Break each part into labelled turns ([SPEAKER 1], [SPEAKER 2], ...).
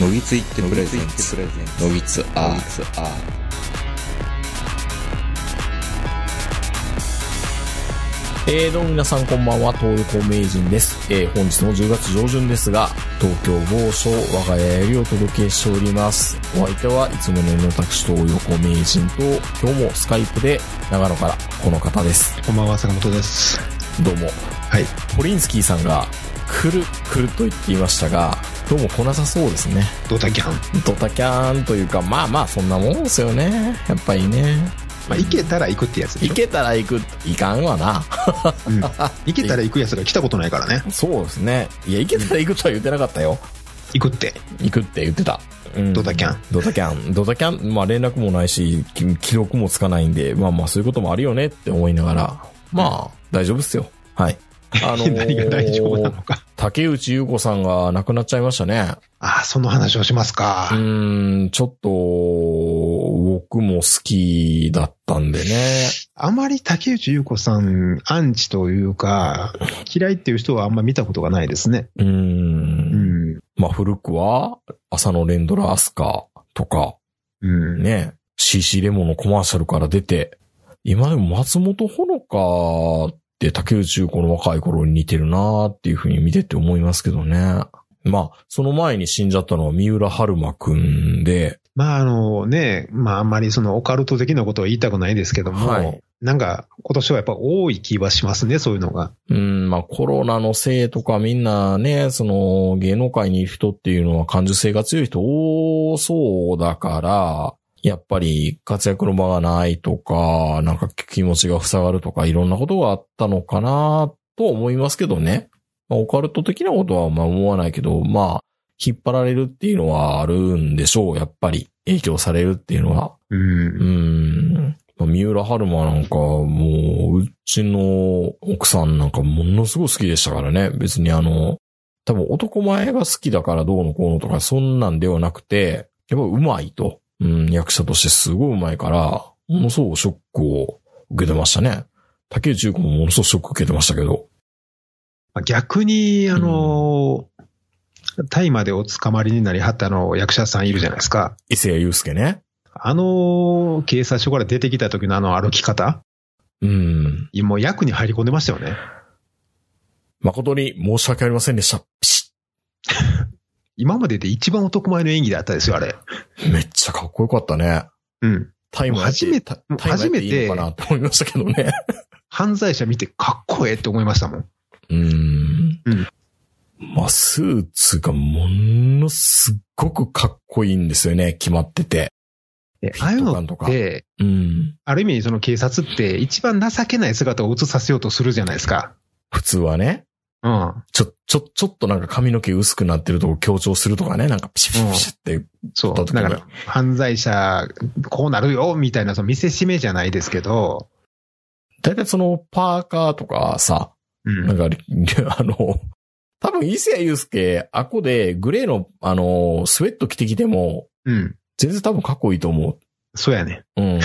[SPEAKER 1] のぎついってプレゼンツ
[SPEAKER 2] プレゼン
[SPEAKER 1] のぎつアー
[SPEAKER 2] ツアー
[SPEAKER 3] えー、どうも皆さんこんばんは、東横名人です。えー、本日の10月上旬ですが、東京某所我が家よりお届けしております。お相手はいつものように私東横名人と、今日もスカイプで長野からこの方です。
[SPEAKER 4] こんばんは、坂本です。
[SPEAKER 3] どうも。
[SPEAKER 4] はい。
[SPEAKER 3] ポリンスキーさんが、来る、来ると言っていましたが、どうも来なさそうですね。
[SPEAKER 4] ドタキャン。
[SPEAKER 3] ドタキャーンというか、まあまあそんなもんですよね。やっぱりね。
[SPEAKER 4] まあ、行けたら行くってやつでし
[SPEAKER 3] 行
[SPEAKER 4] ょ。
[SPEAKER 3] けたら行く、行かんわな。
[SPEAKER 4] うん行けたら行くやつが来たことないからね。
[SPEAKER 3] そうですね。いや、行けたら行くとは言ってなかったよ。
[SPEAKER 4] 行くって。
[SPEAKER 3] 行くって言ってた。うん
[SPEAKER 4] ドタキャン。
[SPEAKER 3] ドタキャン。ドタキャン、まあ連絡もないし、き記録もつかないんで、まあまあそういうこともあるよねって思いながら、まあ大丈夫っすよ。 はい。あ
[SPEAKER 4] 何が大丈夫なのか。
[SPEAKER 3] 竹内優子さんが亡くなっちゃいましたね。
[SPEAKER 4] ああ、その話をしま
[SPEAKER 3] う
[SPEAKER 4] すか。
[SPEAKER 3] ーん、ちょっと、僕も好きだったんでね。
[SPEAKER 4] あまり竹内優子さん、アンチというか、嫌いっていう人はあんま見たことがないですね。
[SPEAKER 3] うー。
[SPEAKER 4] うんん。
[SPEAKER 3] まあ古くは、朝の連ドラアスカとか、
[SPEAKER 4] うん。
[SPEAKER 3] ね、CC レモンのコマーシャルから出て、今でも松本ほのかって竹内優子の若い頃に似てるなーっていうふうに見てて思いますけどね。まあ、その前に死んじゃったのは三浦春馬くんで、
[SPEAKER 4] まあ、あのね、まあ、あんまりそのオカルト的なことは言いたくないですけども、
[SPEAKER 3] はい
[SPEAKER 4] なんか、今年はやっぱ多い気はしますね、そういうのが。
[SPEAKER 3] うん、まあコロナのせいとかみんなね、その芸能界にいる人っていうのは感受性が強い人多そうだから、やっぱり活躍の場がないとか、なんか気持ちが塞がるとかいろんなことがあったのかなと思いますけどね。まあオカルト的なことはまあ思わないけど、まあ引っ張られるっていうのはあるんでしょう、やっぱり。影響されるっていうのは。
[SPEAKER 4] うん
[SPEAKER 3] う。ん。まあ三浦春馬なんか、もう、うちの奥さんなんかものすごい好きでしたからね。別にあの、多分男前が好きだからどうのこうのとか、そんなんではなくて、やっぱ上手いと。うん、役者としてすごい上手いから、ものすごいショックを受けてましたね。竹内優子もものすごいショック受けてましたけど。
[SPEAKER 4] まあ逆に、あの、タイまでお捕まりになりはったあの役者さんいるじゃないですか。
[SPEAKER 3] 伊勢谷友介ね。
[SPEAKER 4] あの、警察署から出てきた時のあの歩き方、
[SPEAKER 3] うん。
[SPEAKER 4] もう役に入り込んでましたよね。
[SPEAKER 3] 誠に申し訳ありませんでした。ピシ
[SPEAKER 4] 今までで一番男前の演技だったですよ、あれ。
[SPEAKER 3] ッめっちゃかっこよかったね。
[SPEAKER 4] うん。
[SPEAKER 3] タイム
[SPEAKER 4] 初め
[SPEAKER 3] て、
[SPEAKER 4] もう
[SPEAKER 3] タイム
[SPEAKER 4] 初めて
[SPEAKER 3] いいのかなと思いましたけどね。
[SPEAKER 4] 犯罪者見てかっこええって思いましたもん。
[SPEAKER 3] うーん。
[SPEAKER 4] うん
[SPEAKER 3] まあ、スーツがものすっごくかっこいいんですよね、決まってて。
[SPEAKER 4] え
[SPEAKER 3] フ
[SPEAKER 4] ああい
[SPEAKER 3] ィ
[SPEAKER 4] う
[SPEAKER 3] ット
[SPEAKER 4] の
[SPEAKER 3] 感とか
[SPEAKER 4] って、
[SPEAKER 3] うん。
[SPEAKER 4] ある意味その警察って一番情けない姿を映させようとするじゃないですか。
[SPEAKER 3] 普通はね、
[SPEAKER 4] うん。
[SPEAKER 3] ちょ、ちょ、ちょっとなんか髪の毛薄くなってるとこ強調するとかね、なんかピシッピシッって。
[SPEAKER 4] そ
[SPEAKER 3] だ
[SPEAKER 4] う。
[SPEAKER 3] とか
[SPEAKER 4] だ
[SPEAKER 3] ね
[SPEAKER 4] から、犯罪者、こうなるよ、みたいな、その見せしめじゃないですけど、
[SPEAKER 3] だいたいそのパーカーとかさ、
[SPEAKER 4] うん。
[SPEAKER 3] なんか、 あの、多分伊勢谷友介、あこでグレーの、あの、スウェット着てきても、
[SPEAKER 4] うん。
[SPEAKER 3] 全然多分かっこいいと思
[SPEAKER 4] そうやね。
[SPEAKER 3] う。うん。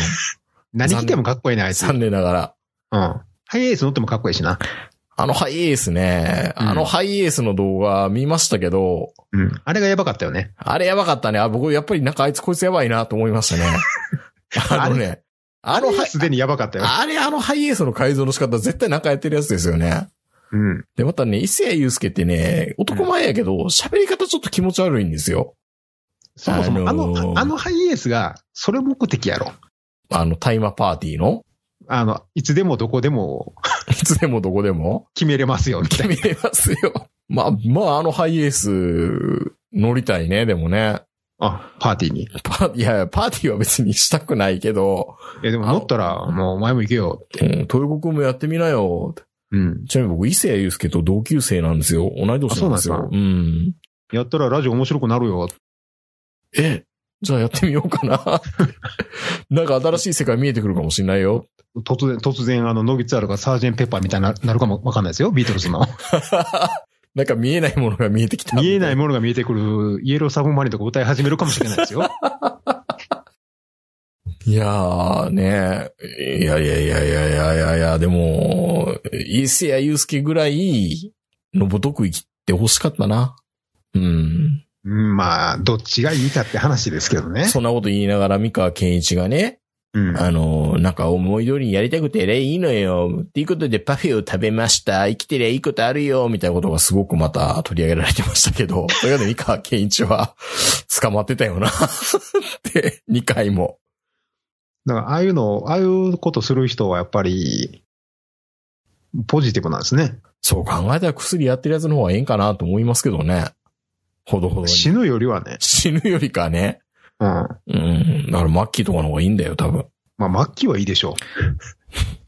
[SPEAKER 4] 何着てもかっこいいな、あいつ。う
[SPEAKER 3] 残
[SPEAKER 4] ん。
[SPEAKER 3] 念ながら。
[SPEAKER 4] ハイエース乗ってもかっこいいしな。
[SPEAKER 3] あのハイエースね。
[SPEAKER 4] うん
[SPEAKER 3] あのハイエースの動画見ましたけど、
[SPEAKER 4] うん。あれがやばかったよね。
[SPEAKER 3] あれやばかったね。あ、僕やっぱりなんかあいつこいつやばいなと思いました ね。あのね。あ
[SPEAKER 4] あ
[SPEAKER 3] の
[SPEAKER 4] れ
[SPEAKER 3] ハ
[SPEAKER 4] は
[SPEAKER 3] イ
[SPEAKER 4] すでにやばかったよ。
[SPEAKER 3] あれあのハイエースの改造の仕方絶対なんかやってるやつですよね。
[SPEAKER 4] うん。
[SPEAKER 3] で、またね、伊勢谷友介ってね、男前やけど、喋り方ちょっと気持ち悪いんですよ。
[SPEAKER 4] そもそも、
[SPEAKER 3] あ
[SPEAKER 4] あ
[SPEAKER 3] のー
[SPEAKER 4] の、あのハイエースが、それ目的やろ。
[SPEAKER 3] あの、タイマーパーティーの。
[SPEAKER 4] あの、いつでもどこでも
[SPEAKER 3] いつでもどこでも。
[SPEAKER 4] 決めれますよ、みたいな。
[SPEAKER 3] 見れますよ。 まあ、まあ、あのハイエース乗りたいね、でもね。
[SPEAKER 4] あ、パーティーに。
[SPEAKER 3] パーいやいや、パーティーは別にしたくないけど、
[SPEAKER 4] え、でも乗ったら、もうお前も行けよ。
[SPEAKER 3] うん、豊子くんもやってみなよ。
[SPEAKER 4] うん。
[SPEAKER 3] ちなみに僕、伊勢谷友介と同級生なんですよ。同い年なんです
[SPEAKER 4] あ
[SPEAKER 3] よ
[SPEAKER 4] そ。う
[SPEAKER 3] うん。
[SPEAKER 4] やったらラジオ面白くなるよ。
[SPEAKER 3] え、じゃあやってみようかな。 なんか新しい世界見えてくるかもしれないよ。
[SPEAKER 4] 突然、突然、あの、ノギツアルがサージェンペッパーみたいにななるかもわかんないですよ。ビートル ズの。
[SPEAKER 3] なんか見えないものが見えてきた。
[SPEAKER 4] 見えない
[SPEAKER 3] も
[SPEAKER 4] ものが見えてくる、イエローサブマリンとか歌い始めるかもしれないで すよ。
[SPEAKER 3] いやーね。いやいやいやいやいやいやいや、でも、伊勢谷友介ぐらいのごとく生きてほしかったな。うん。
[SPEAKER 4] うん、まあ、どっちがいいかって話ですけどね。
[SPEAKER 3] そんなこと言いながら、三河健一がね、
[SPEAKER 4] うん。
[SPEAKER 3] あの、なんか思い通りにやりたくて、れいいのよ。っていうことでパフェを食べました。生きてりゃいいことあるよ。みたいなことがすごくまた取り上げられてましたけ ど、ということで三河健一は捕まってたよな。 って、2回も。
[SPEAKER 4] だから、ああいうの、ああいうことする人はやっぱり、ポジティブなんですね。
[SPEAKER 3] そう考えたら薬やってるやつの方がええんかなと思いますけどね。ほどほどに。
[SPEAKER 4] 死ぬよりはね。
[SPEAKER 3] 死ぬよりかね。
[SPEAKER 4] うん。
[SPEAKER 3] うん。だから末期とかの方がいいんだよ、多分。
[SPEAKER 4] まあ、末期はいいでしょう。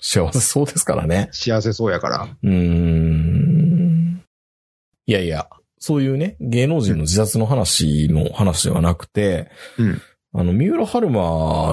[SPEAKER 3] 幸せそうですからね。
[SPEAKER 4] 幸せそうやから。
[SPEAKER 3] うーんいやいや、そういうね、芸能人の自殺の話の話ではなくて、
[SPEAKER 4] うん
[SPEAKER 3] あの、三浦春馬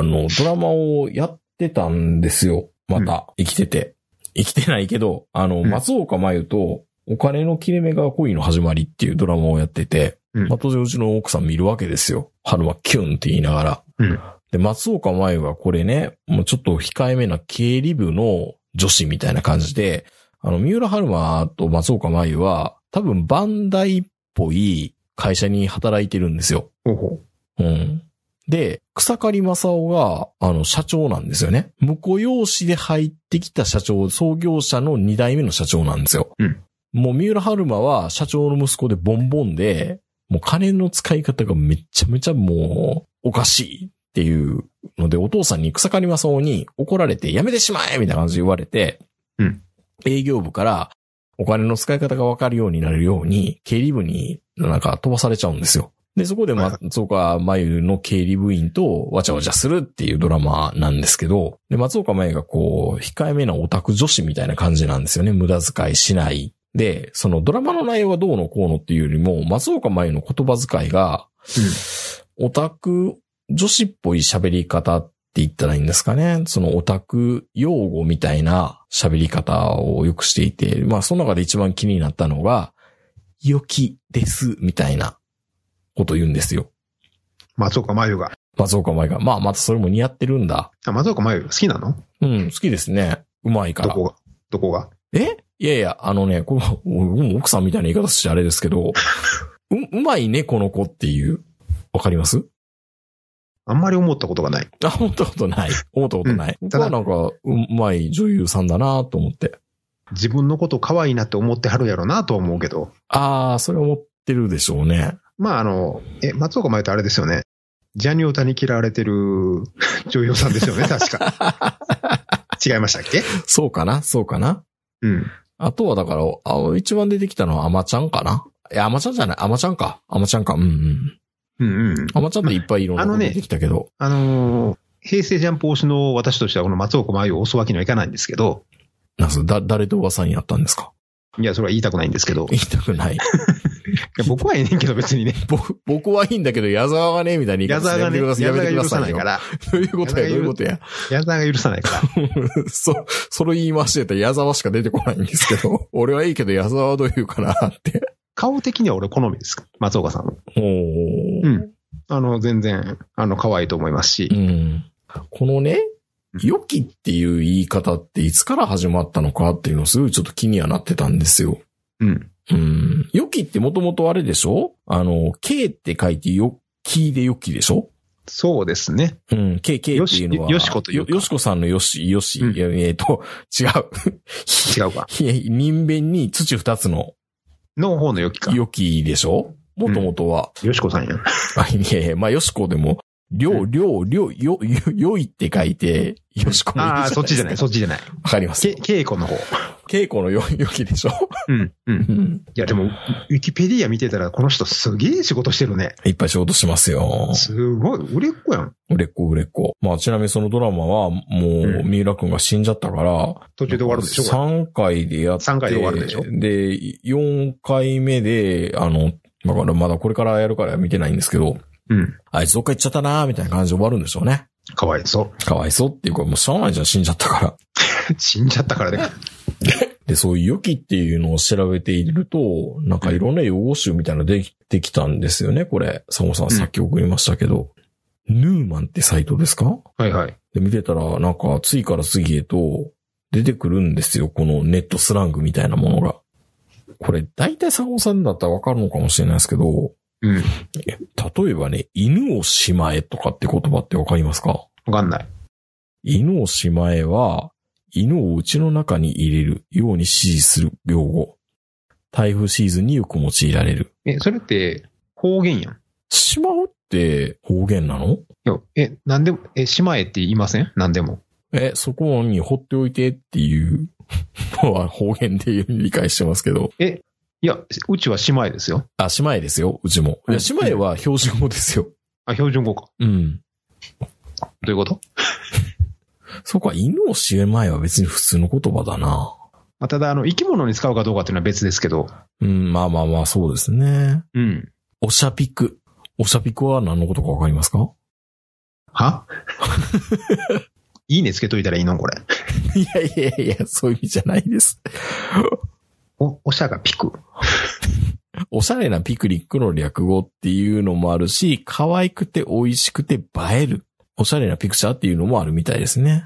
[SPEAKER 3] のドラマをやってたんですよ。また、生きてて。生きてないけど、あの、
[SPEAKER 4] ん
[SPEAKER 3] 松岡真優と、お金の切れ目が恋の始まりっていうドラマをやってて、
[SPEAKER 4] うん
[SPEAKER 3] まあ当然うちの奥さん見るわけですよ。春馬キュンって言いながら。
[SPEAKER 4] うん
[SPEAKER 3] で、松岡真優はこれね、もうちょっと控えめな経理部の女子みたいな感じで、あの、三浦春馬と松岡真優は、多分バンダイっぽい会社に働いてるんですよ。
[SPEAKER 4] ほうほ
[SPEAKER 3] うん。で、草刈正雄が、あの、社長なんですよね。婿養子で入ってきた社長、創業者の2代目の社長なんですよ。
[SPEAKER 4] うん
[SPEAKER 3] もう三浦春馬は社長の息子でボンボンで、もう金の使い方がめちゃめちゃもう、おかしいっていうので、お父さんに草刈正雄に怒られて、やめてしまえみたいな感じで言われて、
[SPEAKER 4] うん
[SPEAKER 3] 営業部から、お金の使い方がわかるようになるように、経理部になんか飛ばされちゃうんですよ。で、そこで
[SPEAKER 4] はい
[SPEAKER 3] ま
[SPEAKER 4] は
[SPEAKER 3] 松岡真優の経理部員とわちゃわちゃするっていうドラマなんですけど、で、松岡真優がこう、控えめなオタク女子みたいな感じなんですよね。無駄遣いしない。で、そのドラマの内容がどうのこうのっていうよりも、松岡真優の言葉遣いが、オタク女子っぽい喋り方って言ったらいいんですかね。そのオタク用語みたいな喋り方をよくしていて、まあその中で一番気になったのが、良きですみたいなことを言うんですよ。
[SPEAKER 4] う。松岡真優が。
[SPEAKER 3] 松岡舞が。まあまたそれも似合ってるんだ。
[SPEAKER 4] あ松岡真優好きなの
[SPEAKER 3] うん、好きですね。うまいか
[SPEAKER 4] ど
[SPEAKER 3] ら。
[SPEAKER 4] こがどこが
[SPEAKER 3] えいやいや、あのね、この、もう奥さんみたいな言い方してあれですけど、う、うまいね、この子っていう。わかります
[SPEAKER 4] あんまり思ったことがない。
[SPEAKER 3] あ、思ったことない。思ったことない。
[SPEAKER 4] うん
[SPEAKER 3] 僕はなんか、うまい女優さんだなと思って。
[SPEAKER 4] 自分のこと可愛いなって思ってはるやろなとは思うけど。
[SPEAKER 3] ああ、それ思ってるでしょうね。
[SPEAKER 4] まあ、あの、え、松岡真優ってあれですよね。ジャニオタに嫌われてる 女優さんですよね、確か。 違いましたっけ
[SPEAKER 3] そうかなそうかな
[SPEAKER 4] うん。
[SPEAKER 3] あとはだから、あ一番出てきたのはアマちゃんかないや、アマちゃんじゃない。アマちゃんか。アマちゃんか。うんうん。
[SPEAKER 4] うんうん。
[SPEAKER 3] アマちゃんっていっぱいいろんなこと
[SPEAKER 4] あのね
[SPEAKER 3] 出てきたけど。
[SPEAKER 4] あのー平成ジャンプ推しの私としてはこの松岡真優を押すわけにはいかないんですけど、
[SPEAKER 3] なんすだ、誰と噂にやったんですか
[SPEAKER 4] いや、それは言いたくないんですけど、い
[SPEAKER 3] 言いたくない。
[SPEAKER 4] や僕はええねんけど別にね、
[SPEAKER 3] 僕、僕はいいんだけど、矢沢がね、みたいな言い
[SPEAKER 4] 矢
[SPEAKER 3] 方
[SPEAKER 4] 沢
[SPEAKER 3] や
[SPEAKER 4] が
[SPEAKER 3] め
[SPEAKER 4] ね、
[SPEAKER 3] てく
[SPEAKER 4] 矢
[SPEAKER 3] ださい。
[SPEAKER 4] 沢
[SPEAKER 3] やめてくだ
[SPEAKER 4] が許さ
[SPEAKER 3] さ
[SPEAKER 4] ないい
[SPEAKER 3] よ
[SPEAKER 4] か。ら、
[SPEAKER 3] どういうことや、
[SPEAKER 4] 矢
[SPEAKER 3] どうい
[SPEAKER 4] 沢が
[SPEAKER 3] うことや。
[SPEAKER 4] 矢沢が許さないから、
[SPEAKER 3] そ、それ言い回してたら矢沢しか出てこないんですけ ど、俺はいいけど矢沢はどういうかなって。
[SPEAKER 4] 顔的には俺好みです、松岡さんの。
[SPEAKER 3] お
[SPEAKER 4] う
[SPEAKER 3] ー
[SPEAKER 4] ん。あの、全然、あの、可愛いと思います
[SPEAKER 3] う
[SPEAKER 4] し、
[SPEAKER 3] ん。このね、
[SPEAKER 4] うん
[SPEAKER 3] 良きっていう言い方っていつから始まったのかっていうのすごいちょっと気にはなってたんですよ。
[SPEAKER 4] うん。
[SPEAKER 3] うん。良きってもともとあれでしょあの、K って書いてよ、きで良きでしょ
[SPEAKER 4] そうですね。
[SPEAKER 3] うん、KK っていうのは。
[SPEAKER 4] よしよしこというか
[SPEAKER 3] よよしこさんのよし、よし、
[SPEAKER 4] うん
[SPEAKER 3] いやえっ、と、違
[SPEAKER 4] 違うか。
[SPEAKER 3] う。 いや人弁に土二つの
[SPEAKER 4] の方の良きか。
[SPEAKER 3] 良きでしょもともとは。
[SPEAKER 4] よしこさんや。
[SPEAKER 3] あ、 いえいえ、まあ、よしこでも、りょ
[SPEAKER 4] う
[SPEAKER 3] う、りょう、りょう、よ、よ、よいって書いて、よしこもいい
[SPEAKER 4] ああ、そっちじゃない、
[SPEAKER 3] です
[SPEAKER 4] そっちじゃない。
[SPEAKER 3] かわかります
[SPEAKER 4] け、。稽古の方。
[SPEAKER 3] 稽古のよ、よきでしょ
[SPEAKER 4] うん、うん。
[SPEAKER 3] うん。
[SPEAKER 4] いや、でも、ウィキペディア見てたら、この人すげえ仕事してるね。
[SPEAKER 3] いっぱい仕事しますよ。
[SPEAKER 4] すごい、売れっ子やん。
[SPEAKER 3] 売れっ子売れっ子。まあ、ちなみにそのドラマは、もう、
[SPEAKER 4] うん
[SPEAKER 3] 三浦くんが死んじゃったから、
[SPEAKER 4] 途中で終わるんでしょこれ
[SPEAKER 3] ?3 回でやって。
[SPEAKER 4] 三回で終わるでしょ
[SPEAKER 3] で、4回目で、あの、だからまだこれからやるから見てないんですけど、
[SPEAKER 4] うん。
[SPEAKER 3] あいつどっか行っちゃったなーみたいな感じで終わるんでしょうね。
[SPEAKER 4] かわいそう。
[SPEAKER 3] かわいそうっていうか、もうしゃあないじゃん、死んじゃったから。
[SPEAKER 4] 死んじゃったからね。
[SPEAKER 3] で、そういう良きっていうのを調べていると、なんかいろんな用語集みたいなのできてきたんですよね、これ。サモさんさっき送りましたけど。ヌーマンってサイトですか
[SPEAKER 4] はいはい。
[SPEAKER 3] で、見てたら、なんか次から次へと出てくるんですよ、このネットスラングみたいなものが。これ、大体サモさんだったらわかるのかもしれないですけど、
[SPEAKER 4] うん。
[SPEAKER 3] え例えばね、犬をしまえとかって言葉ってわかりますか
[SPEAKER 4] わかんない。
[SPEAKER 3] 犬をしまえは、犬を家の中に入れるように指示する用語。台風シーズンによく用いられる。
[SPEAKER 4] え、それって方言やん。い
[SPEAKER 3] しまうって方言なの
[SPEAKER 4] や、え、なんでも、え、しまえって言いませんなんでも。
[SPEAKER 3] え、そこに放っておいてっていうのは方言でいう理解してますけど。
[SPEAKER 4] いや、うちはしまえですよ。
[SPEAKER 3] あ、姉妹ですよ、うちも。いや、姉妹は標準語ですよ。
[SPEAKER 4] あ、標準語か。
[SPEAKER 3] うん。
[SPEAKER 4] どういうこと、
[SPEAKER 3] そこは犬を知る前は別に普通の言葉だな。
[SPEAKER 4] まあ、ただ、あの、生き物に使うかどうかっていうのは別ですけど。
[SPEAKER 3] うん、まあまあまあ、そうですね。
[SPEAKER 4] うん。
[SPEAKER 3] おしゃぴく。おしゃぴくは何のことかわかりますか
[SPEAKER 4] はいいねつけといたらいいのこれ。
[SPEAKER 3] いやいやいや、そういう意味じゃないです。
[SPEAKER 4] お、おしゃがピク。
[SPEAKER 3] おしゃれなピクニックの略語っていうのもあるし、可愛くて美味しくて映える。おしゃれなピクチャーっていうのもあるみたいですね。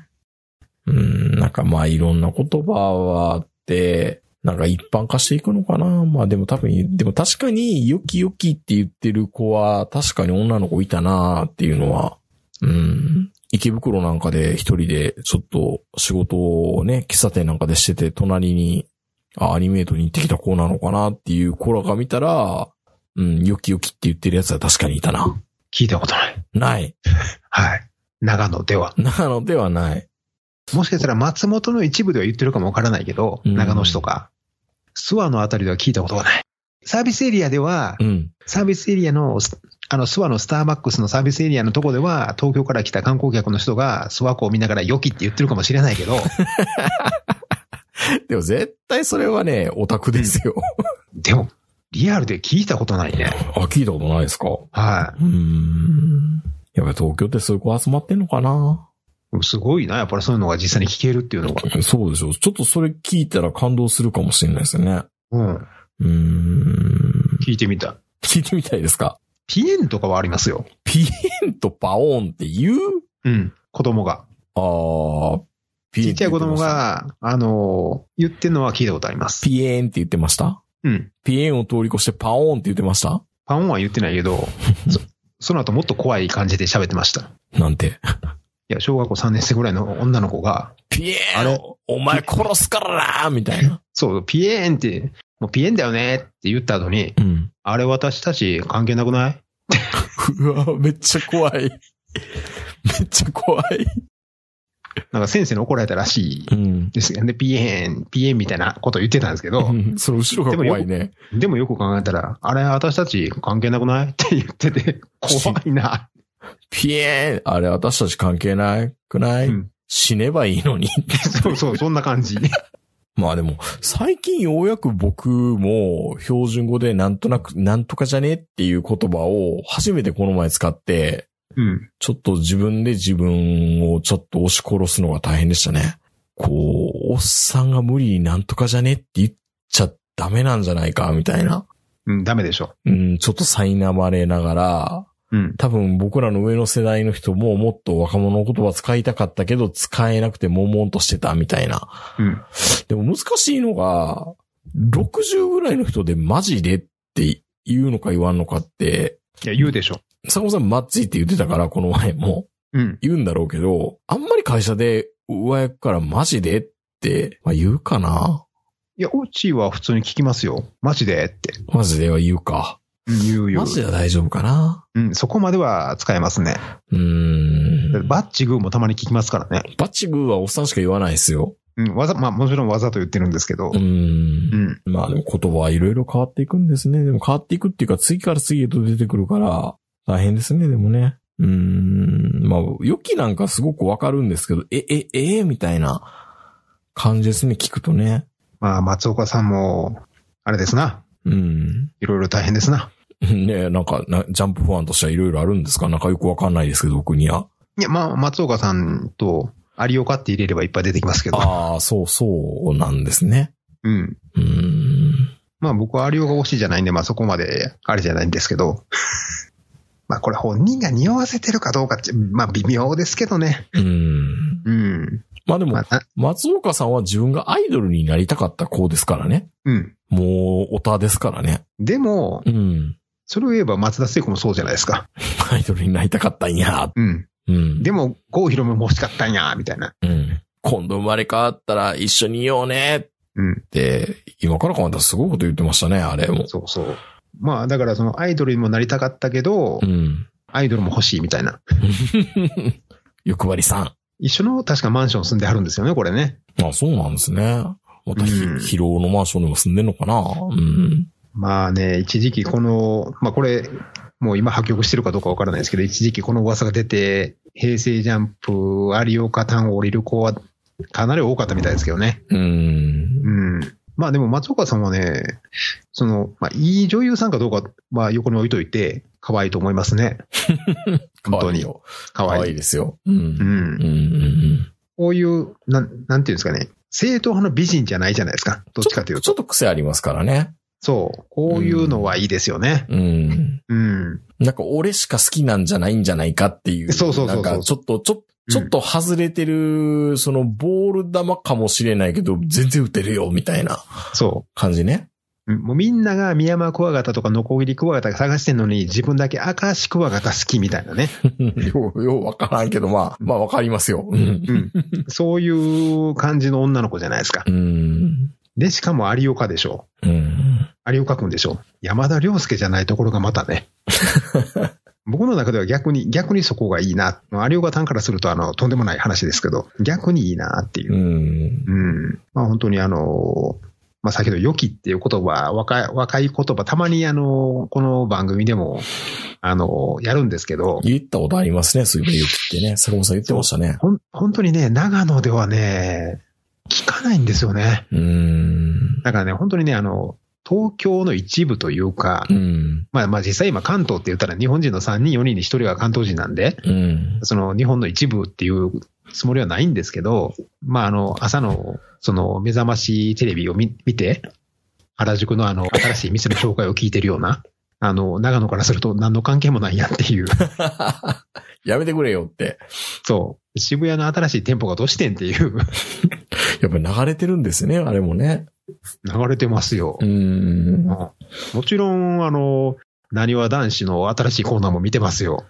[SPEAKER 3] うん、なんかまあいろんな言葉はあって、なんか一般化していくのかなまあでも多分、でも確かによきよきって言ってる子は確かに女の子いたなっていうのは、うん。池袋なんかで一人でちょっと仕事をね、喫茶店なんかでしてて隣にあ、アニメートに行ってきた子なのかなっていう子らが見たら、うん、よきよきって言ってるやつは確かにいたな。
[SPEAKER 4] 聞いたことない。
[SPEAKER 3] ない。
[SPEAKER 4] はい。長野では。
[SPEAKER 3] なのではない。
[SPEAKER 4] もしかしたら松本の一部では言ってるかもわからないけど、
[SPEAKER 3] うん
[SPEAKER 4] 長野市とか、諏訪のあたりでは聞いたことがない。サービスエリアでは
[SPEAKER 3] う、ん。
[SPEAKER 4] サービスエリアの、あの、諏訪のスターバックスのサービスエリアのとこでは、東京から来た観光客の人が諏訪湖を見ながら良きって言ってるかもしれないけど、
[SPEAKER 3] でも絶対それはね、オタクですよ。
[SPEAKER 4] でも、リアルで聞いたことないね。
[SPEAKER 3] あ、聞いたことないですか。
[SPEAKER 4] は。
[SPEAKER 3] うーん。やっぱり東京ってそういう子集まってんのかない
[SPEAKER 4] すごいな、やっぱりそういうのが実際に聞けるっていうのが。
[SPEAKER 3] そうでしょう。ちょっとそれ聞いたら感動するかもしれないですね。
[SPEAKER 4] うん。
[SPEAKER 3] うーん。
[SPEAKER 4] 聞いてみたい。
[SPEAKER 3] 聞いてみたいですか
[SPEAKER 4] ピエンとかはありますよ。
[SPEAKER 3] ピエンとパオンって言う
[SPEAKER 4] うん。子供が。
[SPEAKER 3] ああ、ピ
[SPEAKER 4] ち
[SPEAKER 3] エン
[SPEAKER 4] っちゃい子供。が、あのー、言ってるのは聞いたことあります。
[SPEAKER 3] ピエンって言ってました
[SPEAKER 4] うん。
[SPEAKER 3] ピエンを通り越してパオーンって言ってました
[SPEAKER 4] パンは言ってないけど、そその後もっと怖い感じで喋ってました。
[SPEAKER 3] なんて。
[SPEAKER 4] いや、小学校3年生ぐらいの女の子が、
[SPEAKER 3] ピエ
[SPEAKER 4] あ
[SPEAKER 3] ーン
[SPEAKER 4] れ
[SPEAKER 3] お前殺すからなみたいな。
[SPEAKER 4] そう、ピエーンって、もうピエーンだよねって言った後に、
[SPEAKER 3] うん。
[SPEAKER 4] あれ私たち関係なくないう
[SPEAKER 3] わめっちゃ怖 い。めっちゃ怖い。
[SPEAKER 4] なんか先生に怒られたらしい
[SPEAKER 3] うん。
[SPEAKER 4] ですよね。ピエーン、ピエーンみたいなこと言ってたんですけど、
[SPEAKER 3] その後ろが怖いね。
[SPEAKER 4] でもよく考えたら、あれ私たち関係なくないって言ってて、怖いな。
[SPEAKER 3] ピエーンあれ私たち関係ないくない、
[SPEAKER 4] うん
[SPEAKER 3] 死ねばいいのに。
[SPEAKER 4] そうそう、そんな感じ。
[SPEAKER 3] まあでも、最近ようやく僕も標準語でなんとなく、なんとかじゃねっていう言葉を初めてこの前使って、
[SPEAKER 4] うん。
[SPEAKER 3] ちょっと自分で自分をちょっと押し殺すのが大変でしたね。こう、おっさんが無理になんとかじゃねって言っちゃダメなんじゃないか、みたいな。
[SPEAKER 4] うん、ダメでしょ。
[SPEAKER 3] うん、ちょっと苛まれながら、
[SPEAKER 4] うん。
[SPEAKER 3] 多分僕らの上の世代の人ももっと若者の言葉使いたかったけど、使えなくて悶々としてたみたいな。
[SPEAKER 4] うん。
[SPEAKER 3] でも難しいのが、60ぐらいの人でマジでって言うのか言わんのかって、
[SPEAKER 4] いや、言うでしょ。
[SPEAKER 3] 坂本さんマッチって言ってたから、この前も。
[SPEAKER 4] うん。
[SPEAKER 3] 言うんだろうけど、あんまり会社で、上役からマジでって、まあ、言うかない
[SPEAKER 4] や、うちは普通に聞きますよ。マジでって。
[SPEAKER 3] マジでは言うか。
[SPEAKER 4] うん言う言う。
[SPEAKER 3] マジでは大丈夫かな
[SPEAKER 4] うん、そこまでは使えますね。
[SPEAKER 3] うーん。
[SPEAKER 4] バッチグーもたまに聞きますからね。
[SPEAKER 3] バッチグーはおっさんしか言わないですよ。
[SPEAKER 4] うん、わざ、まあもちろんわざと言ってるんですけど
[SPEAKER 3] うー。ん
[SPEAKER 4] う。ん。
[SPEAKER 3] まあでも言葉はいろいろ変わっていくんですね。でも変わっていくっていうか、次から次へと出てくるから、大変ですね、でもね。うーん。まあ、良きなんかすごくわかるんですけど、え、え、ええみたいな感じですね、聞くとね。
[SPEAKER 4] まあ、松岡さんも、あれですな。
[SPEAKER 3] うん。
[SPEAKER 4] いろいろ大変ですな。
[SPEAKER 3] ねえ、なんかな、ジャンプファンとしてはいろいろあるんですかなんかよくわかんないですけど、僕には。
[SPEAKER 4] いや、まあ、松岡さんと、有岡って入れればいっぱい出てきますけど。
[SPEAKER 3] ああ、そうそうなんですね。
[SPEAKER 4] うん。
[SPEAKER 3] うーん。
[SPEAKER 4] まあ僕は有岡推しじゃないんで、まあそこまで、あれじゃないんですけど。まあこれ本人が匂わせてるかどうかって、まあ微妙ですけどね。
[SPEAKER 3] うーん。
[SPEAKER 4] うん。
[SPEAKER 3] まあでも
[SPEAKER 4] ま、あな、
[SPEAKER 3] 松岡さんは自分がアイドルになりたかった子ですからね。
[SPEAKER 4] うん。
[SPEAKER 3] もう、オタですからね。
[SPEAKER 4] でも、
[SPEAKER 3] うん。
[SPEAKER 4] それを言えば松田聖子もそうじゃないですか。
[SPEAKER 3] アイドルになりたかったんや。
[SPEAKER 4] うん。
[SPEAKER 3] うん。
[SPEAKER 4] でも、郷ひろみも欲しかったんや、みたいな。
[SPEAKER 3] うん。今度生まれ変わったら一緒にいようねっ
[SPEAKER 4] うん。
[SPEAKER 3] て、今から考えたらすごいこと言ってましたね、あれも。
[SPEAKER 4] そうそう。まあ、だからそのアイドルにもなりたかったけど、
[SPEAKER 3] うん。
[SPEAKER 4] アイドルも欲しいみたいな。
[SPEAKER 3] 欲張りさん。
[SPEAKER 4] 一緒の確かマンション住んであるんですよね、これね。
[SPEAKER 3] あ、そうなんですね。また、ひ
[SPEAKER 4] うん
[SPEAKER 3] 疲労のマンションでも住んでんのかなうん。
[SPEAKER 4] まあね、一時期この、まあこれ、もう今破局してるかどうかわからないですけど、一時期この噂が出て、平成ジャンプ、有岡丹を降りる子はかなり多かったみたいですけどね。
[SPEAKER 3] うん。
[SPEAKER 4] うん。まあでも松岡さんはね、その、まあいい女優さんかどうか、まあ横に置いといて、可愛いと思いますね。本
[SPEAKER 3] 可
[SPEAKER 4] 当に
[SPEAKER 3] 愛いよ
[SPEAKER 4] 可
[SPEAKER 3] 可
[SPEAKER 4] 愛い。
[SPEAKER 3] 愛いですよ。うん
[SPEAKER 4] う。ん
[SPEAKER 3] うん。うん。うん
[SPEAKER 4] こういう、なん、なんていうんですかね。正統派の美人じゃないじゃないですか。どっちかと
[SPEAKER 3] ち
[SPEAKER 4] い
[SPEAKER 3] ょ
[SPEAKER 4] う
[SPEAKER 3] ちょ
[SPEAKER 4] と。
[SPEAKER 3] っと癖ありますからね。
[SPEAKER 4] そう。こういうのはいいですよね。
[SPEAKER 3] うん。
[SPEAKER 4] うん。
[SPEAKER 3] なんか俺しか好きなんじゃないんじゃないかっていう。
[SPEAKER 4] そうそうそうそう
[SPEAKER 3] なんかちょっと、ちょ、ちょっと外れてる、そのボール球かもしれないけど、全然打てるよ、みたいな
[SPEAKER 4] そ
[SPEAKER 3] 感じね。
[SPEAKER 4] う。うんもうみんながミヤマクワガタとかノコギリクワガタが探してんのに、自分だけ明石クワガタ好きみたいなね。
[SPEAKER 3] よう、ようわからんけど、まあ、まあわかりますよ。うん。
[SPEAKER 4] うん。そういう感じの女の子じゃないですか
[SPEAKER 3] う。ん。
[SPEAKER 4] で、しかも有岡でしょ
[SPEAKER 3] うん。
[SPEAKER 4] う。有岡くんでしょう。山田涼介じゃないところがまたね。僕の中では逆に、逆にそこがいいな。有岡さんからすると、あの、とんでもない話ですけど、逆にいいなっていう
[SPEAKER 3] う。ん。
[SPEAKER 4] うん。まあ本当にあの、まあ先ほど良きっていう言葉、若い、若い言葉、たまにあの、この番組でも、あの、やるんですけど、
[SPEAKER 3] 言ったことありますね、そういう勇気ってね。坂本さん言ってましたね。
[SPEAKER 4] ほん、本当にね、長野ではね、聞かないんですよね。
[SPEAKER 3] うん。
[SPEAKER 4] だからね、本当にね、あの、東京の一部というか
[SPEAKER 3] う、ん。
[SPEAKER 4] まあまあ実際今関東って言ったら日本人の3人、4人に1人が関東人なんで、
[SPEAKER 3] うん。
[SPEAKER 4] その日本の一部っていうつもりはないんですけど、まああの、朝の、その目覚ましテレビを見見て、原宿のあの、新しい店の紹介を聞いてるような、あの、長野からすると何の関係もないやっていう、
[SPEAKER 3] やめてくれよって。
[SPEAKER 4] そう、渋谷の新しい店舗がどうしてんっていう
[SPEAKER 3] やっぱり流れてるんですね、あれもね。
[SPEAKER 4] 流れてますよ
[SPEAKER 3] う。ん。
[SPEAKER 4] もちろん、あの、なにわ男子の新しいコーナーも見てます よ。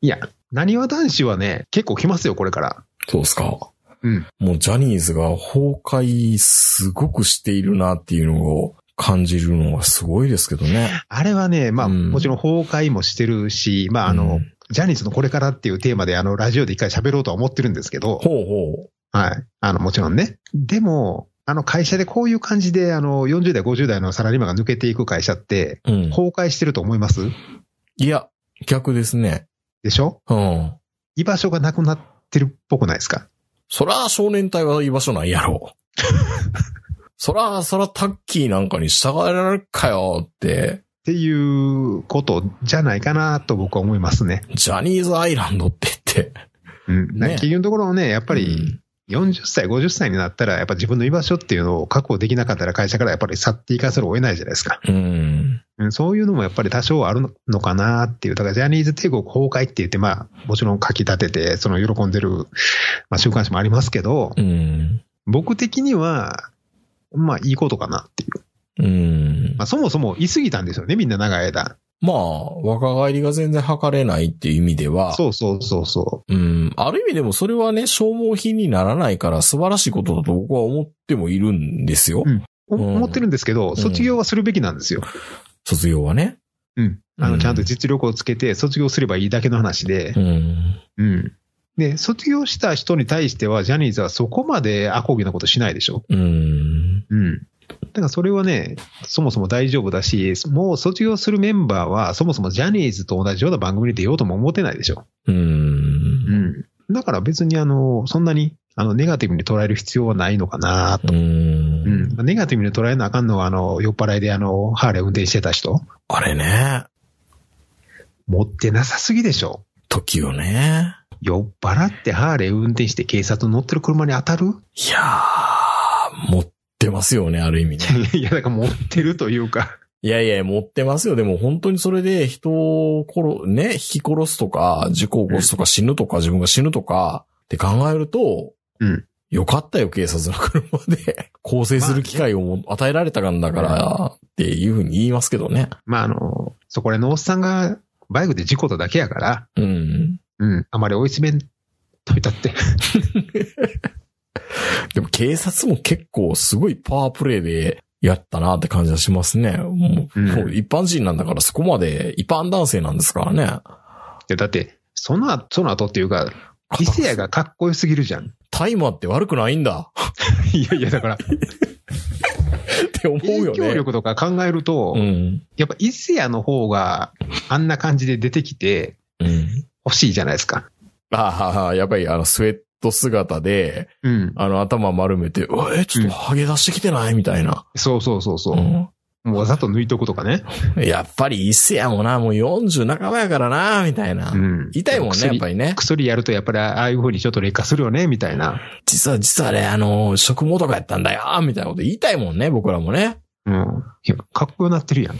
[SPEAKER 4] いや、なにわ男子はね、結構来ますよ、これから。
[SPEAKER 3] そうですか。
[SPEAKER 4] うん。
[SPEAKER 3] もうジャニーズが崩壊すごくしているなっていうのを感じるのがすごいですけどね。
[SPEAKER 4] あれはね、まあ、
[SPEAKER 3] うん
[SPEAKER 4] もちろん崩壊もしてるし、まあ、あの、
[SPEAKER 3] うん
[SPEAKER 4] ジャニーズのこれからっていうテーマで、あの、ラジオで一回喋ろうとは思ってるんですけど、
[SPEAKER 3] ほうほ
[SPEAKER 4] はい。あの、もちろんね。でも、あの、会社でこういう感じで、あの、40代、50代のサラリーマンが抜けていく会社って、
[SPEAKER 3] う。うん。
[SPEAKER 4] 崩壊してると思います
[SPEAKER 3] いや、逆ですね。
[SPEAKER 4] でしょ
[SPEAKER 3] うん。
[SPEAKER 4] 居場所がなくなってるっぽくないですか
[SPEAKER 3] そら少年隊は居場所ないや ろ。そら、そらタッキーなんかに従えられるかよって、
[SPEAKER 4] っていうことじゃないかなと僕は思いますね。
[SPEAKER 3] ジャニーズアイランドって言って。やっ
[SPEAKER 4] うん。
[SPEAKER 3] ね
[SPEAKER 4] 結局のところね、やっぱり、、40歳、50歳になったら、やっぱ自分の居場所っていうのを確保できなかったら会社からやっぱり去っていかざるを得ないじゃないですか。
[SPEAKER 3] うん。
[SPEAKER 4] うんそういうのもやっぱり多少あるのかなっていう。だからジャニーズ帝国崩壊って言って、まあ、もちろん書き立てて、その喜んでる、まあ、週刊誌もありますけど
[SPEAKER 3] う、ん。
[SPEAKER 4] 僕的には、まあ、いいことかなっていう。
[SPEAKER 3] うん。
[SPEAKER 4] まあ、そもそも言い過ぎたんですよね、みんな長い間。
[SPEAKER 3] まあ、若返りが全然測れないっていう意味では、
[SPEAKER 4] そうそうそうそ
[SPEAKER 3] うん。ある意味でもそれはね、消耗品にならないから素晴らしいことだと僕は思ってもいるんですよ。
[SPEAKER 4] うんう。お
[SPEAKER 3] うん
[SPEAKER 4] 思ってるんですけど、
[SPEAKER 3] ん
[SPEAKER 4] 卒業はするべきなんですよ。
[SPEAKER 3] 卒業はね。
[SPEAKER 4] うん。あ
[SPEAKER 3] う
[SPEAKER 4] の、
[SPEAKER 3] ん
[SPEAKER 4] ちゃんと実力をつけて、卒業すればいいだけの話で
[SPEAKER 3] う、ん。
[SPEAKER 4] うん。で、卒業した人に対しては、ジャニーズはそこまでアコギなことしないでしょ。
[SPEAKER 3] うん。
[SPEAKER 4] うん。だからそれはね、そもそも大丈夫だし、もう卒業するメンバーは、そもそもジャニーズと同じような番組に出ようとも思ってないでしょ。
[SPEAKER 3] う。
[SPEAKER 4] うんん。だから別に、あの、そんなに、あの、ネガティブに捉える必要はないのかなと。
[SPEAKER 3] う。
[SPEAKER 4] うんん。ネガティブに捉えなあかんのは、あの、酔っ払いで、あの、ハーレー運転してた人、
[SPEAKER 3] あれね。
[SPEAKER 4] 持ってなさすぎでしょ。
[SPEAKER 3] 時をね。
[SPEAKER 4] 酔っ払ってハーレー運転して警察乗ってる車に当たる
[SPEAKER 3] いやー、持ってますよね、ある意味 ね。
[SPEAKER 4] いや、だから持ってるというか。
[SPEAKER 3] いやいや、持ってますよ。でも本当にそれで人を殺、ね、引き殺すとか、事故を起こすとか死ぬとか、自分が死ぬとかって考えると、
[SPEAKER 4] うん
[SPEAKER 3] よかったよ、警察の車で。構成する機会をも与えられたんだから、っていうふうに言いますけどね。
[SPEAKER 4] まあ、あの、そこらのおっさんがバイクで事故っただけやから、
[SPEAKER 3] うん。
[SPEAKER 4] うん、あまり追い詰めんといたって。
[SPEAKER 3] でも警察も結構すごいパワープレイでやったなって感じがしますね。もう
[SPEAKER 4] うん
[SPEAKER 3] もう一般人なんだからそこまで一般男性なんですからね。
[SPEAKER 4] でだって、その後、その後っていうか、理性がかっこよすぎるじゃん。
[SPEAKER 3] タイマーって悪くないんだ
[SPEAKER 4] いやいや、だから、
[SPEAKER 3] って思う
[SPEAKER 4] 影
[SPEAKER 3] よ
[SPEAKER 4] 響
[SPEAKER 3] ね。
[SPEAKER 4] 力とか考えると、
[SPEAKER 3] うん。
[SPEAKER 4] やっぱ伊勢屋の方があんな感じで出てきて
[SPEAKER 3] うん。
[SPEAKER 4] 欲しいじゃないですか。
[SPEAKER 3] ああ、やっぱりあのスウェット姿で、
[SPEAKER 4] うん。
[SPEAKER 3] あの頭丸めて、うわえ、ちょっとハゲ出してきてないみたいな。
[SPEAKER 4] そうそうそうそう。もうわざと抜いとくとかね。
[SPEAKER 3] うんやっぱり伊勢やもな、もう40半ばやからな、みたいな。
[SPEAKER 4] うん。
[SPEAKER 3] 痛いもんね、やっぱ
[SPEAKER 4] り。
[SPEAKER 3] りね。
[SPEAKER 4] 薬やるとやっぱりああいう風にちょっと劣化するよね、みたいな。
[SPEAKER 3] 実は、実はね、あの、食毛とかやったんだよ、みたいなこと言いたいもんね、僕らもね。
[SPEAKER 4] うん。いやかっこよなってる やん。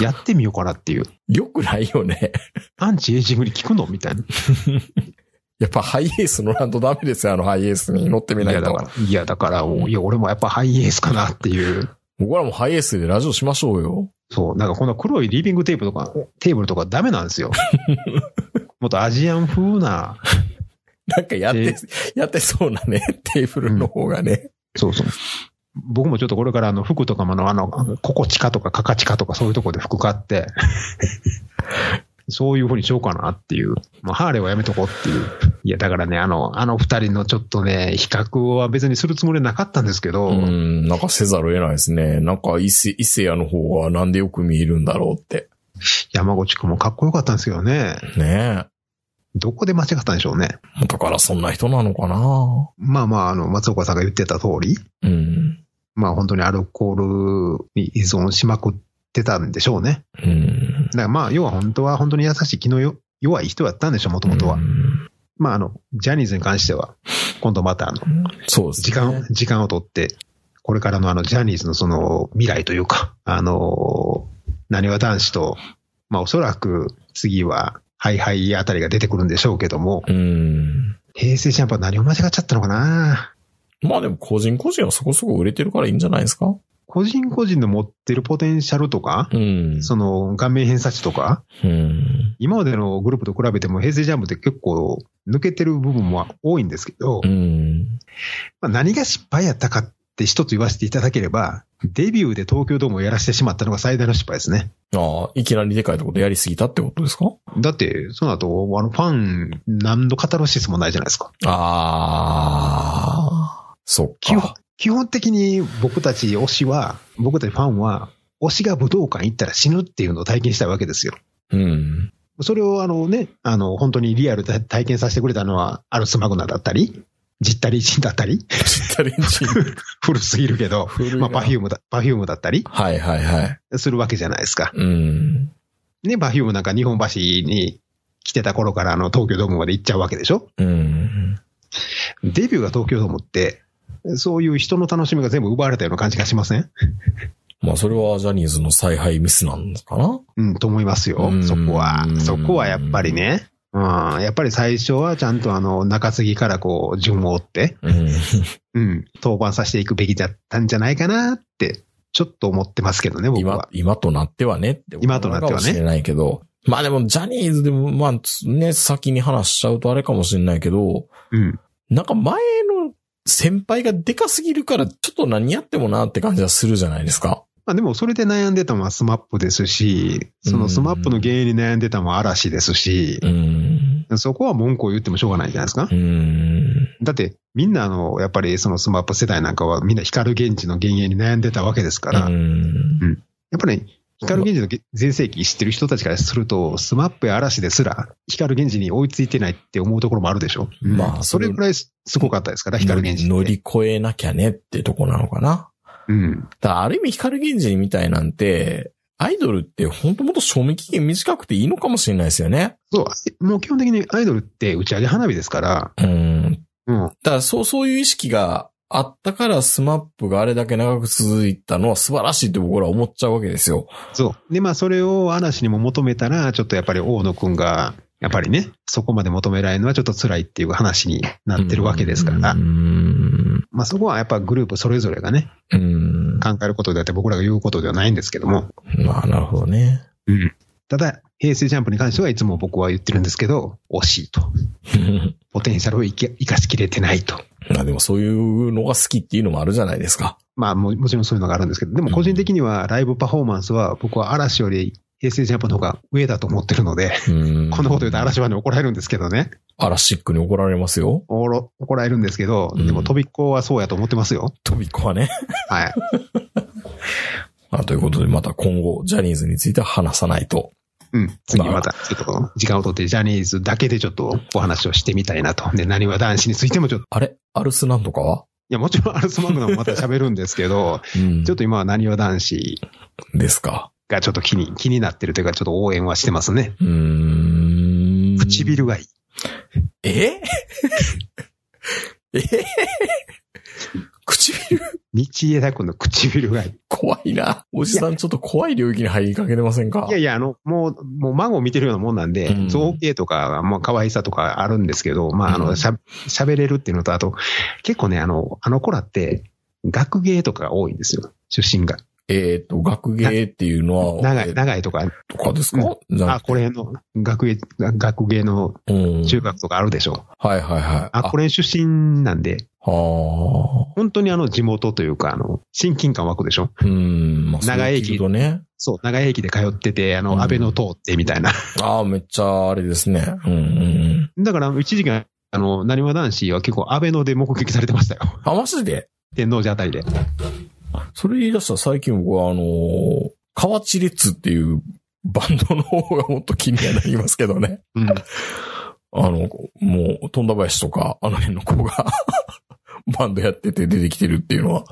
[SPEAKER 4] やってみようかなっていう。
[SPEAKER 3] よくないよね。
[SPEAKER 4] アンチエイジングに効くのみたいな。
[SPEAKER 3] やっぱハイエース乗らんとダメですよ、あのハイエースに乗ってみない
[SPEAKER 4] や、だ
[SPEAKER 3] と
[SPEAKER 4] か。ら、いや、だから、おいや、俺もやっぱハイエースかなっていう。
[SPEAKER 3] 僕らもハイエースでラジオしましょうよ。
[SPEAKER 4] そう、なんかこの黒いリビングテープとか、テーブルとかダメなんですよ。 もっとアジアン風な、
[SPEAKER 3] なんかやって
[SPEAKER 4] え、
[SPEAKER 3] やってそうなね、 テーブルの方がね。
[SPEAKER 4] そうそう。僕もちょっとこれからあの服とかもあの、あの、ココチカとかカカチカとかそういうとこで服買って、そういうふうにしようかなっていう。もうハーレーはやめとこうっていう。いや、だからね、あの、あの二人のちょっとね、比較は別にするつもりはなかったんですけど、
[SPEAKER 3] うん、なんかせざるを得ないですね。なんか伊勢、伊勢屋の方がなんでよく見えるんだろうって。
[SPEAKER 4] 山口くんもかっこよかったんですけどね。
[SPEAKER 3] ね
[SPEAKER 4] どこで間違ったんでしょうね。
[SPEAKER 3] え。だからそんな人なのかな
[SPEAKER 4] まあまあ、あの、松岡さんが言ってた通り、
[SPEAKER 3] うん。
[SPEAKER 4] まあ本当にアルコールに依存しまくってたんでしょうね。
[SPEAKER 3] うん。
[SPEAKER 4] だからまあ要は本当は本当に優しい気のよ弱い人だったんでしょう、もともとは。
[SPEAKER 3] うん
[SPEAKER 4] まああの、ジャニーズに関しては、今度またあの、
[SPEAKER 3] そうですね。
[SPEAKER 4] 時間、時間を取って、これからのあの、ジャニーズのその未来というか、あの、なにわ男子と、まあおそらく次は、ハイハイあたりが出てくるんでしょうけども、
[SPEAKER 3] うん。
[SPEAKER 4] 平成ジャンプは何を間違っちゃったのかな
[SPEAKER 3] まあでも個人個人はそこそこ売れてるからいいんじゃないですか
[SPEAKER 4] 個人個人の持ってるポテンシャルとか、
[SPEAKER 3] うん。
[SPEAKER 4] その顔面偏差値とか、
[SPEAKER 3] うん。
[SPEAKER 4] 今までのグループと比べても平成ジャンプって結構抜けてる部分も多いんですけど、
[SPEAKER 3] うん。
[SPEAKER 4] まあ、何が失敗やったかって一つ言わせていただければ、デビューで東京ドームをやらせてしまったのが最大の失敗ですね。
[SPEAKER 3] ああ、いきなりでかいところでやりすぎたってことですか
[SPEAKER 4] だって、その後、あの、ファン、何のカタロシスもないじゃないですか。
[SPEAKER 3] ああ、そっ
[SPEAKER 4] 基本
[SPEAKER 3] か。
[SPEAKER 4] 基本的に僕たち推しは、僕たちファンは、推しが武道館行ったら死ぬっていうのを体験したいわけですよ。
[SPEAKER 3] うん。
[SPEAKER 4] それをあのね、あの、本当にリアルで体験させてくれたのは、アルスマグナだったり、ジッタリーチンだったり、
[SPEAKER 3] 知った連中。
[SPEAKER 4] 古すぎるけど、
[SPEAKER 3] 古い
[SPEAKER 4] ま
[SPEAKER 3] な
[SPEAKER 4] あ、パフュームだ、パフュームだったり
[SPEAKER 3] はいはいはい。
[SPEAKER 4] するわけじゃないですか。
[SPEAKER 3] うん。
[SPEAKER 4] ね、パフュームなんか日本橋に来てた頃からあの東京ドームまで行っちゃうわけでしょ
[SPEAKER 3] うん。
[SPEAKER 4] デビューが東京ドームって、そういう人の楽しみが全部奪われたような感じがしません
[SPEAKER 3] まあそれはジャニーズの采配ミスなんかな
[SPEAKER 4] うん、と思いますよ
[SPEAKER 3] う。ん
[SPEAKER 4] そこは。そこはやっぱりね。うん、やっぱり最初はちゃんとあの中継ぎからこう順を追って、
[SPEAKER 3] うん。
[SPEAKER 4] うん、登板させていくべきだったんじゃないかなって、ちょっと思ってますけどね、僕
[SPEAKER 3] 今
[SPEAKER 4] は、。
[SPEAKER 3] 今となってはねってこと
[SPEAKER 4] 今となってはね
[SPEAKER 3] かもしれないけど。まあでもジャニーズでも、まあね、先に話しちゃうとあれかもしれないけど、
[SPEAKER 4] うん。
[SPEAKER 3] なんか前の先輩がでかすぎるから、ちょっと何やってもなって感じはするじゃないですか。
[SPEAKER 4] まあでもそれで悩んでたのはスマップですし、そのスマップの原因に悩んでたのは嵐ですし、
[SPEAKER 3] うん。
[SPEAKER 4] そこは文句を言ってもしょうがないじゃないですか
[SPEAKER 3] う。ん。
[SPEAKER 4] だってみんなあの、やっぱりそのスマップ世代なんかはみんな光源氏の原因に悩んでたわけですから、
[SPEAKER 3] う
[SPEAKER 4] やっ
[SPEAKER 3] ん。
[SPEAKER 4] ぱり光源氏の全盛期知ってる人たちからすると、スマップや嵐ですら光源氏に追いついてないって思うところもあるでしょ。
[SPEAKER 3] まあ
[SPEAKER 4] うんそれぐらいすすごかったですから、光源氏って。
[SPEAKER 3] 乗り越えなきゃねってとこなのかな。
[SPEAKER 4] うん。
[SPEAKER 3] だからある意味光源氏みたいなんて、アイドルって本当もっと賞味期限短くていいのかもしれないですよね。
[SPEAKER 4] そう、もう基本的にアイドルって打ち上げ花火ですから、
[SPEAKER 3] うん。
[SPEAKER 4] うん。
[SPEAKER 3] だからそう、そういう意識があったからスマップがあれだけ長く続いたのは素晴らしいって僕ら思っちゃうわけですよ。
[SPEAKER 4] そう。で、まあ、それを嵐にも求めたら、ちょっとやっぱり大野くんが、やっぱりね、そこまで求められるのはちょっと辛いっていう話になってるわけですから、
[SPEAKER 3] うん。
[SPEAKER 4] まあそこはやっぱグループそれぞれがね、
[SPEAKER 3] うん。
[SPEAKER 4] 考えることであって僕らが言うことではないんですけども、
[SPEAKER 3] まあ、なるほどね。
[SPEAKER 4] ただ、平成ジャンプに関してはいつも僕は言ってるんですけど、惜しいと。ポテンシャルを生け生かしきれてないと。
[SPEAKER 3] まあでもそういうのが好きっていうのもあるじゃないですか。
[SPEAKER 4] まあももちろんそういうのがあるんですけど、でも個人的にはライブパフォーマンスは僕は嵐より平成ジャンプの方が上だと思ってるので、
[SPEAKER 3] うん。
[SPEAKER 4] こんなこと言うと
[SPEAKER 3] ら
[SPEAKER 4] 嵐はね怒られるんですけどね。
[SPEAKER 3] アラシックに怒られますよ。
[SPEAKER 4] おろ怒られるんですけど、
[SPEAKER 3] うん
[SPEAKER 4] でも飛びっ子はそうやと思ってますよ。
[SPEAKER 3] 飛び子はね。
[SPEAKER 4] はい。
[SPEAKER 3] まあということで、また今後、ジャニーズについては話さないと。
[SPEAKER 4] うん。次また、ちょっと時間を取ってジャニーズだけでちょっとお話をしてみたいなと。で、何は男子についてもちょっと、い
[SPEAKER 3] あれアルスなんとかは
[SPEAKER 4] や、もちろんアルスマグナムもまた喋るんですけど、
[SPEAKER 3] うん
[SPEAKER 4] ちょっと今は何は男子
[SPEAKER 3] ですか。
[SPEAKER 4] がちょっと気に、気になってるというか、ちょっと応援はしてますね。
[SPEAKER 3] うーん。
[SPEAKER 4] 唇がいい。
[SPEAKER 3] え え唇
[SPEAKER 4] 道枝君の唇がいい。
[SPEAKER 3] 怖いな。おじさんちょっと怖い領域に入りかけてませんか
[SPEAKER 4] いやいや、あの、もう、もう孫を見てるようなもんなんで、
[SPEAKER 3] うん
[SPEAKER 4] 造形とか、まあ、可愛さとかあるんですけど、まあ、あ
[SPEAKER 3] うん
[SPEAKER 4] の、しゃ、喋れるっていうのと、あと、結構ね、あの、あの子らって、学芸とかが多いんですよ。出身が。
[SPEAKER 3] えっ、と、学芸っていうのは、
[SPEAKER 4] 長
[SPEAKER 3] え
[SPEAKER 4] い、
[SPEAKER 3] ー
[SPEAKER 4] 長いとか、
[SPEAKER 3] とかですか、じゃ
[SPEAKER 4] あ、これの、学芸、学芸の
[SPEAKER 3] うん。
[SPEAKER 4] 中学とかあるでしょ。
[SPEAKER 3] はいはいはい。
[SPEAKER 4] あ、これ出身なんで、
[SPEAKER 3] はあ。
[SPEAKER 4] 本当にあの、地元というか、あの、親近感湧くでしょ。
[SPEAKER 3] うん。まあ、
[SPEAKER 4] 長い駅
[SPEAKER 3] そう聞くとね。
[SPEAKER 4] そう、長井駅で通ってて、あ
[SPEAKER 3] うん
[SPEAKER 4] の、安倍の通ってみたいな。
[SPEAKER 3] ああ、めっちゃあれですね。うんうんうん。
[SPEAKER 4] だから、一時間、あの、なにわ男子は結構安倍ので目撃されてましたよ。
[SPEAKER 3] あ、マジで
[SPEAKER 4] 天王寺あたりで。
[SPEAKER 3] それ言い出したら最近僕はあのー、カワチレッツっていうバンドの方がもっと気にはなりますけどね。
[SPEAKER 4] うん。
[SPEAKER 3] あの、もう、富田林とか、あの辺の子が、 バンドやってて出てきてるっていうのは、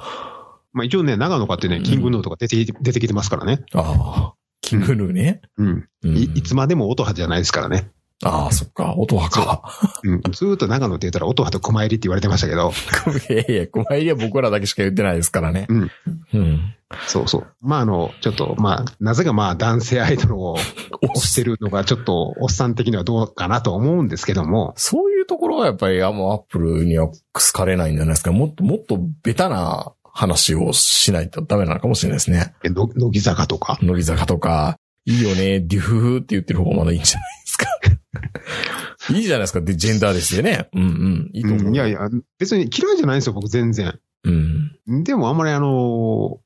[SPEAKER 4] まあ一応ね、長野かってね、キングヌーとか出てきて、出てきてますからね。
[SPEAKER 3] ああ、キングヌーね。
[SPEAKER 4] うん。
[SPEAKER 3] うん
[SPEAKER 4] いいつまでも音羽じゃないですからね。
[SPEAKER 3] ああ、そっか、音はか。
[SPEAKER 4] うん。ずーっと長野って言ったら音羽と熊入りって言われてましたけど。
[SPEAKER 3] いやいや、こまいりは僕らだけしか言ってないですからね。
[SPEAKER 4] うん。
[SPEAKER 3] うん。
[SPEAKER 4] そうそう。まああの、ちょっと、まあ、なぜかまあ男性アイドルを推してるのがちょっと、おっさん的にはどうかなと思うんですけども。
[SPEAKER 3] そういうところがやっぱりあんまアップルには好かれないんじゃないですか。もっともっとベタな話をしないとダメなのかもしれないですね。
[SPEAKER 4] えの乃木坂とか。
[SPEAKER 3] 乃木坂とか、いいよね、デュフフって言ってる方がまだいいんじゃないですか。 いいじゃないですか、で、ジェンダーですよね。うんうん。いいと
[SPEAKER 4] う
[SPEAKER 3] 思う。
[SPEAKER 4] ん、いやいや、別に嫌いじゃないんですよ、僕全然。
[SPEAKER 3] うん。
[SPEAKER 4] でもあんまりあの、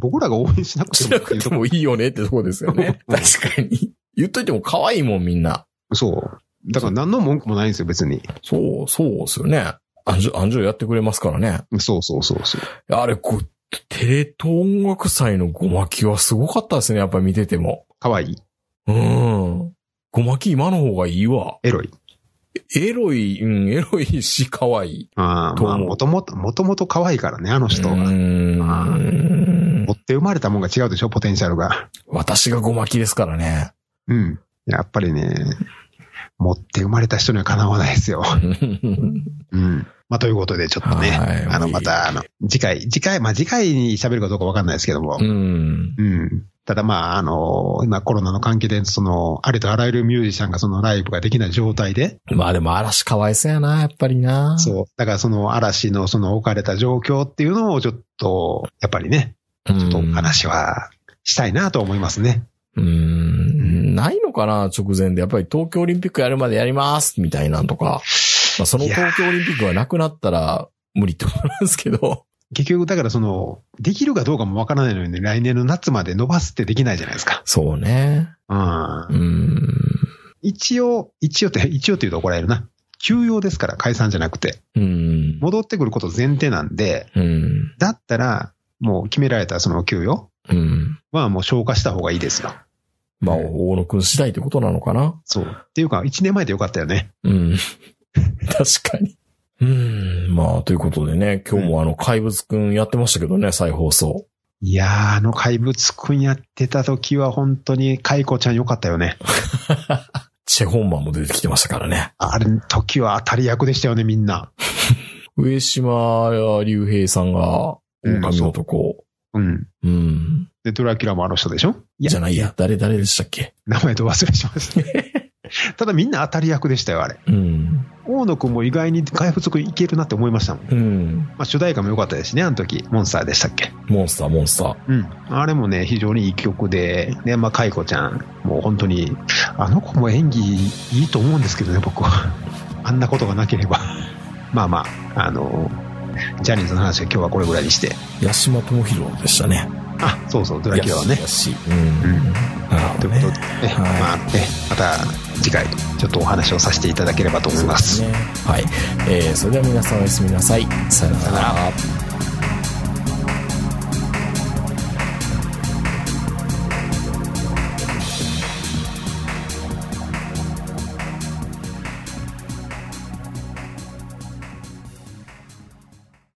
[SPEAKER 4] 僕らが応援しなくて
[SPEAKER 3] し
[SPEAKER 4] も
[SPEAKER 3] な
[SPEAKER 4] って
[SPEAKER 3] く
[SPEAKER 4] いう
[SPEAKER 3] て
[SPEAKER 4] とこ
[SPEAKER 3] もいいよねってとこですよね。確かに。言っといても可愛いもん、みんな。
[SPEAKER 4] そう。だから何の文句もないんですよ、別に。
[SPEAKER 3] そう、そうですよね。アンジュ、アンジュやってくれますからね。
[SPEAKER 4] そうそうそうそう。
[SPEAKER 3] あれ、こう、テレ東音楽祭のごまきはすごかったですね、やっぱり見てても。
[SPEAKER 4] かわいい。
[SPEAKER 3] うん。ごまき今の方がいいわ。
[SPEAKER 4] エロい。
[SPEAKER 3] エロい、うん、エロいし、可愛い。
[SPEAKER 4] ああ、まあ、
[SPEAKER 3] どう
[SPEAKER 4] もともと、もともと可愛いからね、あの人
[SPEAKER 3] う
[SPEAKER 4] が。
[SPEAKER 3] ん
[SPEAKER 4] 持って生まれたもんが違うでしょ、ポテンシャルが。
[SPEAKER 3] 私がごまきですから ね。
[SPEAKER 4] うん。やっぱりね、持って生まれた人にはかなわないですよ。うん。まあ、ということで、ちょっとね、
[SPEAKER 3] はい
[SPEAKER 4] あの、また、あの、次回、次回、まあ、次回に喋るかどうかわかんないですけども
[SPEAKER 3] う、ん。
[SPEAKER 4] うん。ただまあ、あの、今コロナの関係で、その、ありとあらゆるミュージシャンがそのライブができない状態で、
[SPEAKER 3] まあでも嵐かわいそうやな、やっぱりな。
[SPEAKER 4] そう。だからその嵐のその置かれた状況っていうのをちょっと、やっぱりね、
[SPEAKER 3] うん。
[SPEAKER 4] ちょっとお
[SPEAKER 3] う
[SPEAKER 4] 話はしたいなと思いますね。
[SPEAKER 3] ん。ないのかな、直前で。やっぱり東京オリンピックやるまでやります、みたいなんとか。まあその東京オリンピックがなくなったら無理ってことなんですけど。
[SPEAKER 4] 結局、だからその、できるかどうかもわからないのに、来年の夏まで伸ばすってできないじゃないですか。
[SPEAKER 3] そうね。
[SPEAKER 4] うん。
[SPEAKER 3] うん。
[SPEAKER 4] 一応、一応って、一応って言うと怒られるな。休養ですから、解散じゃなくて。
[SPEAKER 3] うん。
[SPEAKER 4] 戻ってくること前提なんで、
[SPEAKER 3] うん。
[SPEAKER 4] だったら、もう決められたその休養
[SPEAKER 3] うん。
[SPEAKER 4] はもう消化した方がいいですよ。
[SPEAKER 3] まあ、大野くん次第ってことなのかな。
[SPEAKER 4] そう。っていうか、一年前でよかったよね。
[SPEAKER 3] うん。 確かに。うん。まあ、ということでね、今日もあの、怪物くんやってましたけどね、再放送。
[SPEAKER 4] いやー、あの怪物くんやってた時は本当に、カイコちゃんよかったよね。
[SPEAKER 3] チェホンマンも出てきてましたからね。
[SPEAKER 4] あれ時は当たり役でしたよね、みんな。
[SPEAKER 3] 上島竜兵さんが、狼男。
[SPEAKER 4] うん。
[SPEAKER 3] うん。
[SPEAKER 4] で、ドラキュラもあの人でしょい
[SPEAKER 3] じゃないや、誰誰でしたっけ
[SPEAKER 4] 名前と忘れしました。ただみんな当たり役でしたよ、あれ。
[SPEAKER 3] うん。
[SPEAKER 4] 大野くんも意外に回復速いけるなって思いましたもん。
[SPEAKER 3] うん。
[SPEAKER 4] まあ、主題歌も良かったですしね、あの時。モンスターでしたっけ。
[SPEAKER 3] モンスター、モンスター。
[SPEAKER 4] うん。あれもね、非常にいい曲で、ね、まあ、カイコちゃん、もう本当に、あの子も演技いいと思うんですけどね、僕は。あんなことがなければ。まあまあ、あの、ジャニーズの話は今日はこれぐらいにして。
[SPEAKER 3] 八島智弘でしたね。
[SPEAKER 4] あ、そうそう、ドラキュラはね
[SPEAKER 3] ヤ。シヤシうん。
[SPEAKER 4] うん
[SPEAKER 3] なるほ
[SPEAKER 4] と
[SPEAKER 3] ど
[SPEAKER 4] いうこと
[SPEAKER 3] ね。
[SPEAKER 4] で、ね
[SPEAKER 3] はい
[SPEAKER 4] まあね、また次回、ちょっとお話をさせていただければと思います。
[SPEAKER 3] ねはい。えー、それでは皆さんおやすみなさい。さよな
[SPEAKER 4] さよな
[SPEAKER 3] ら。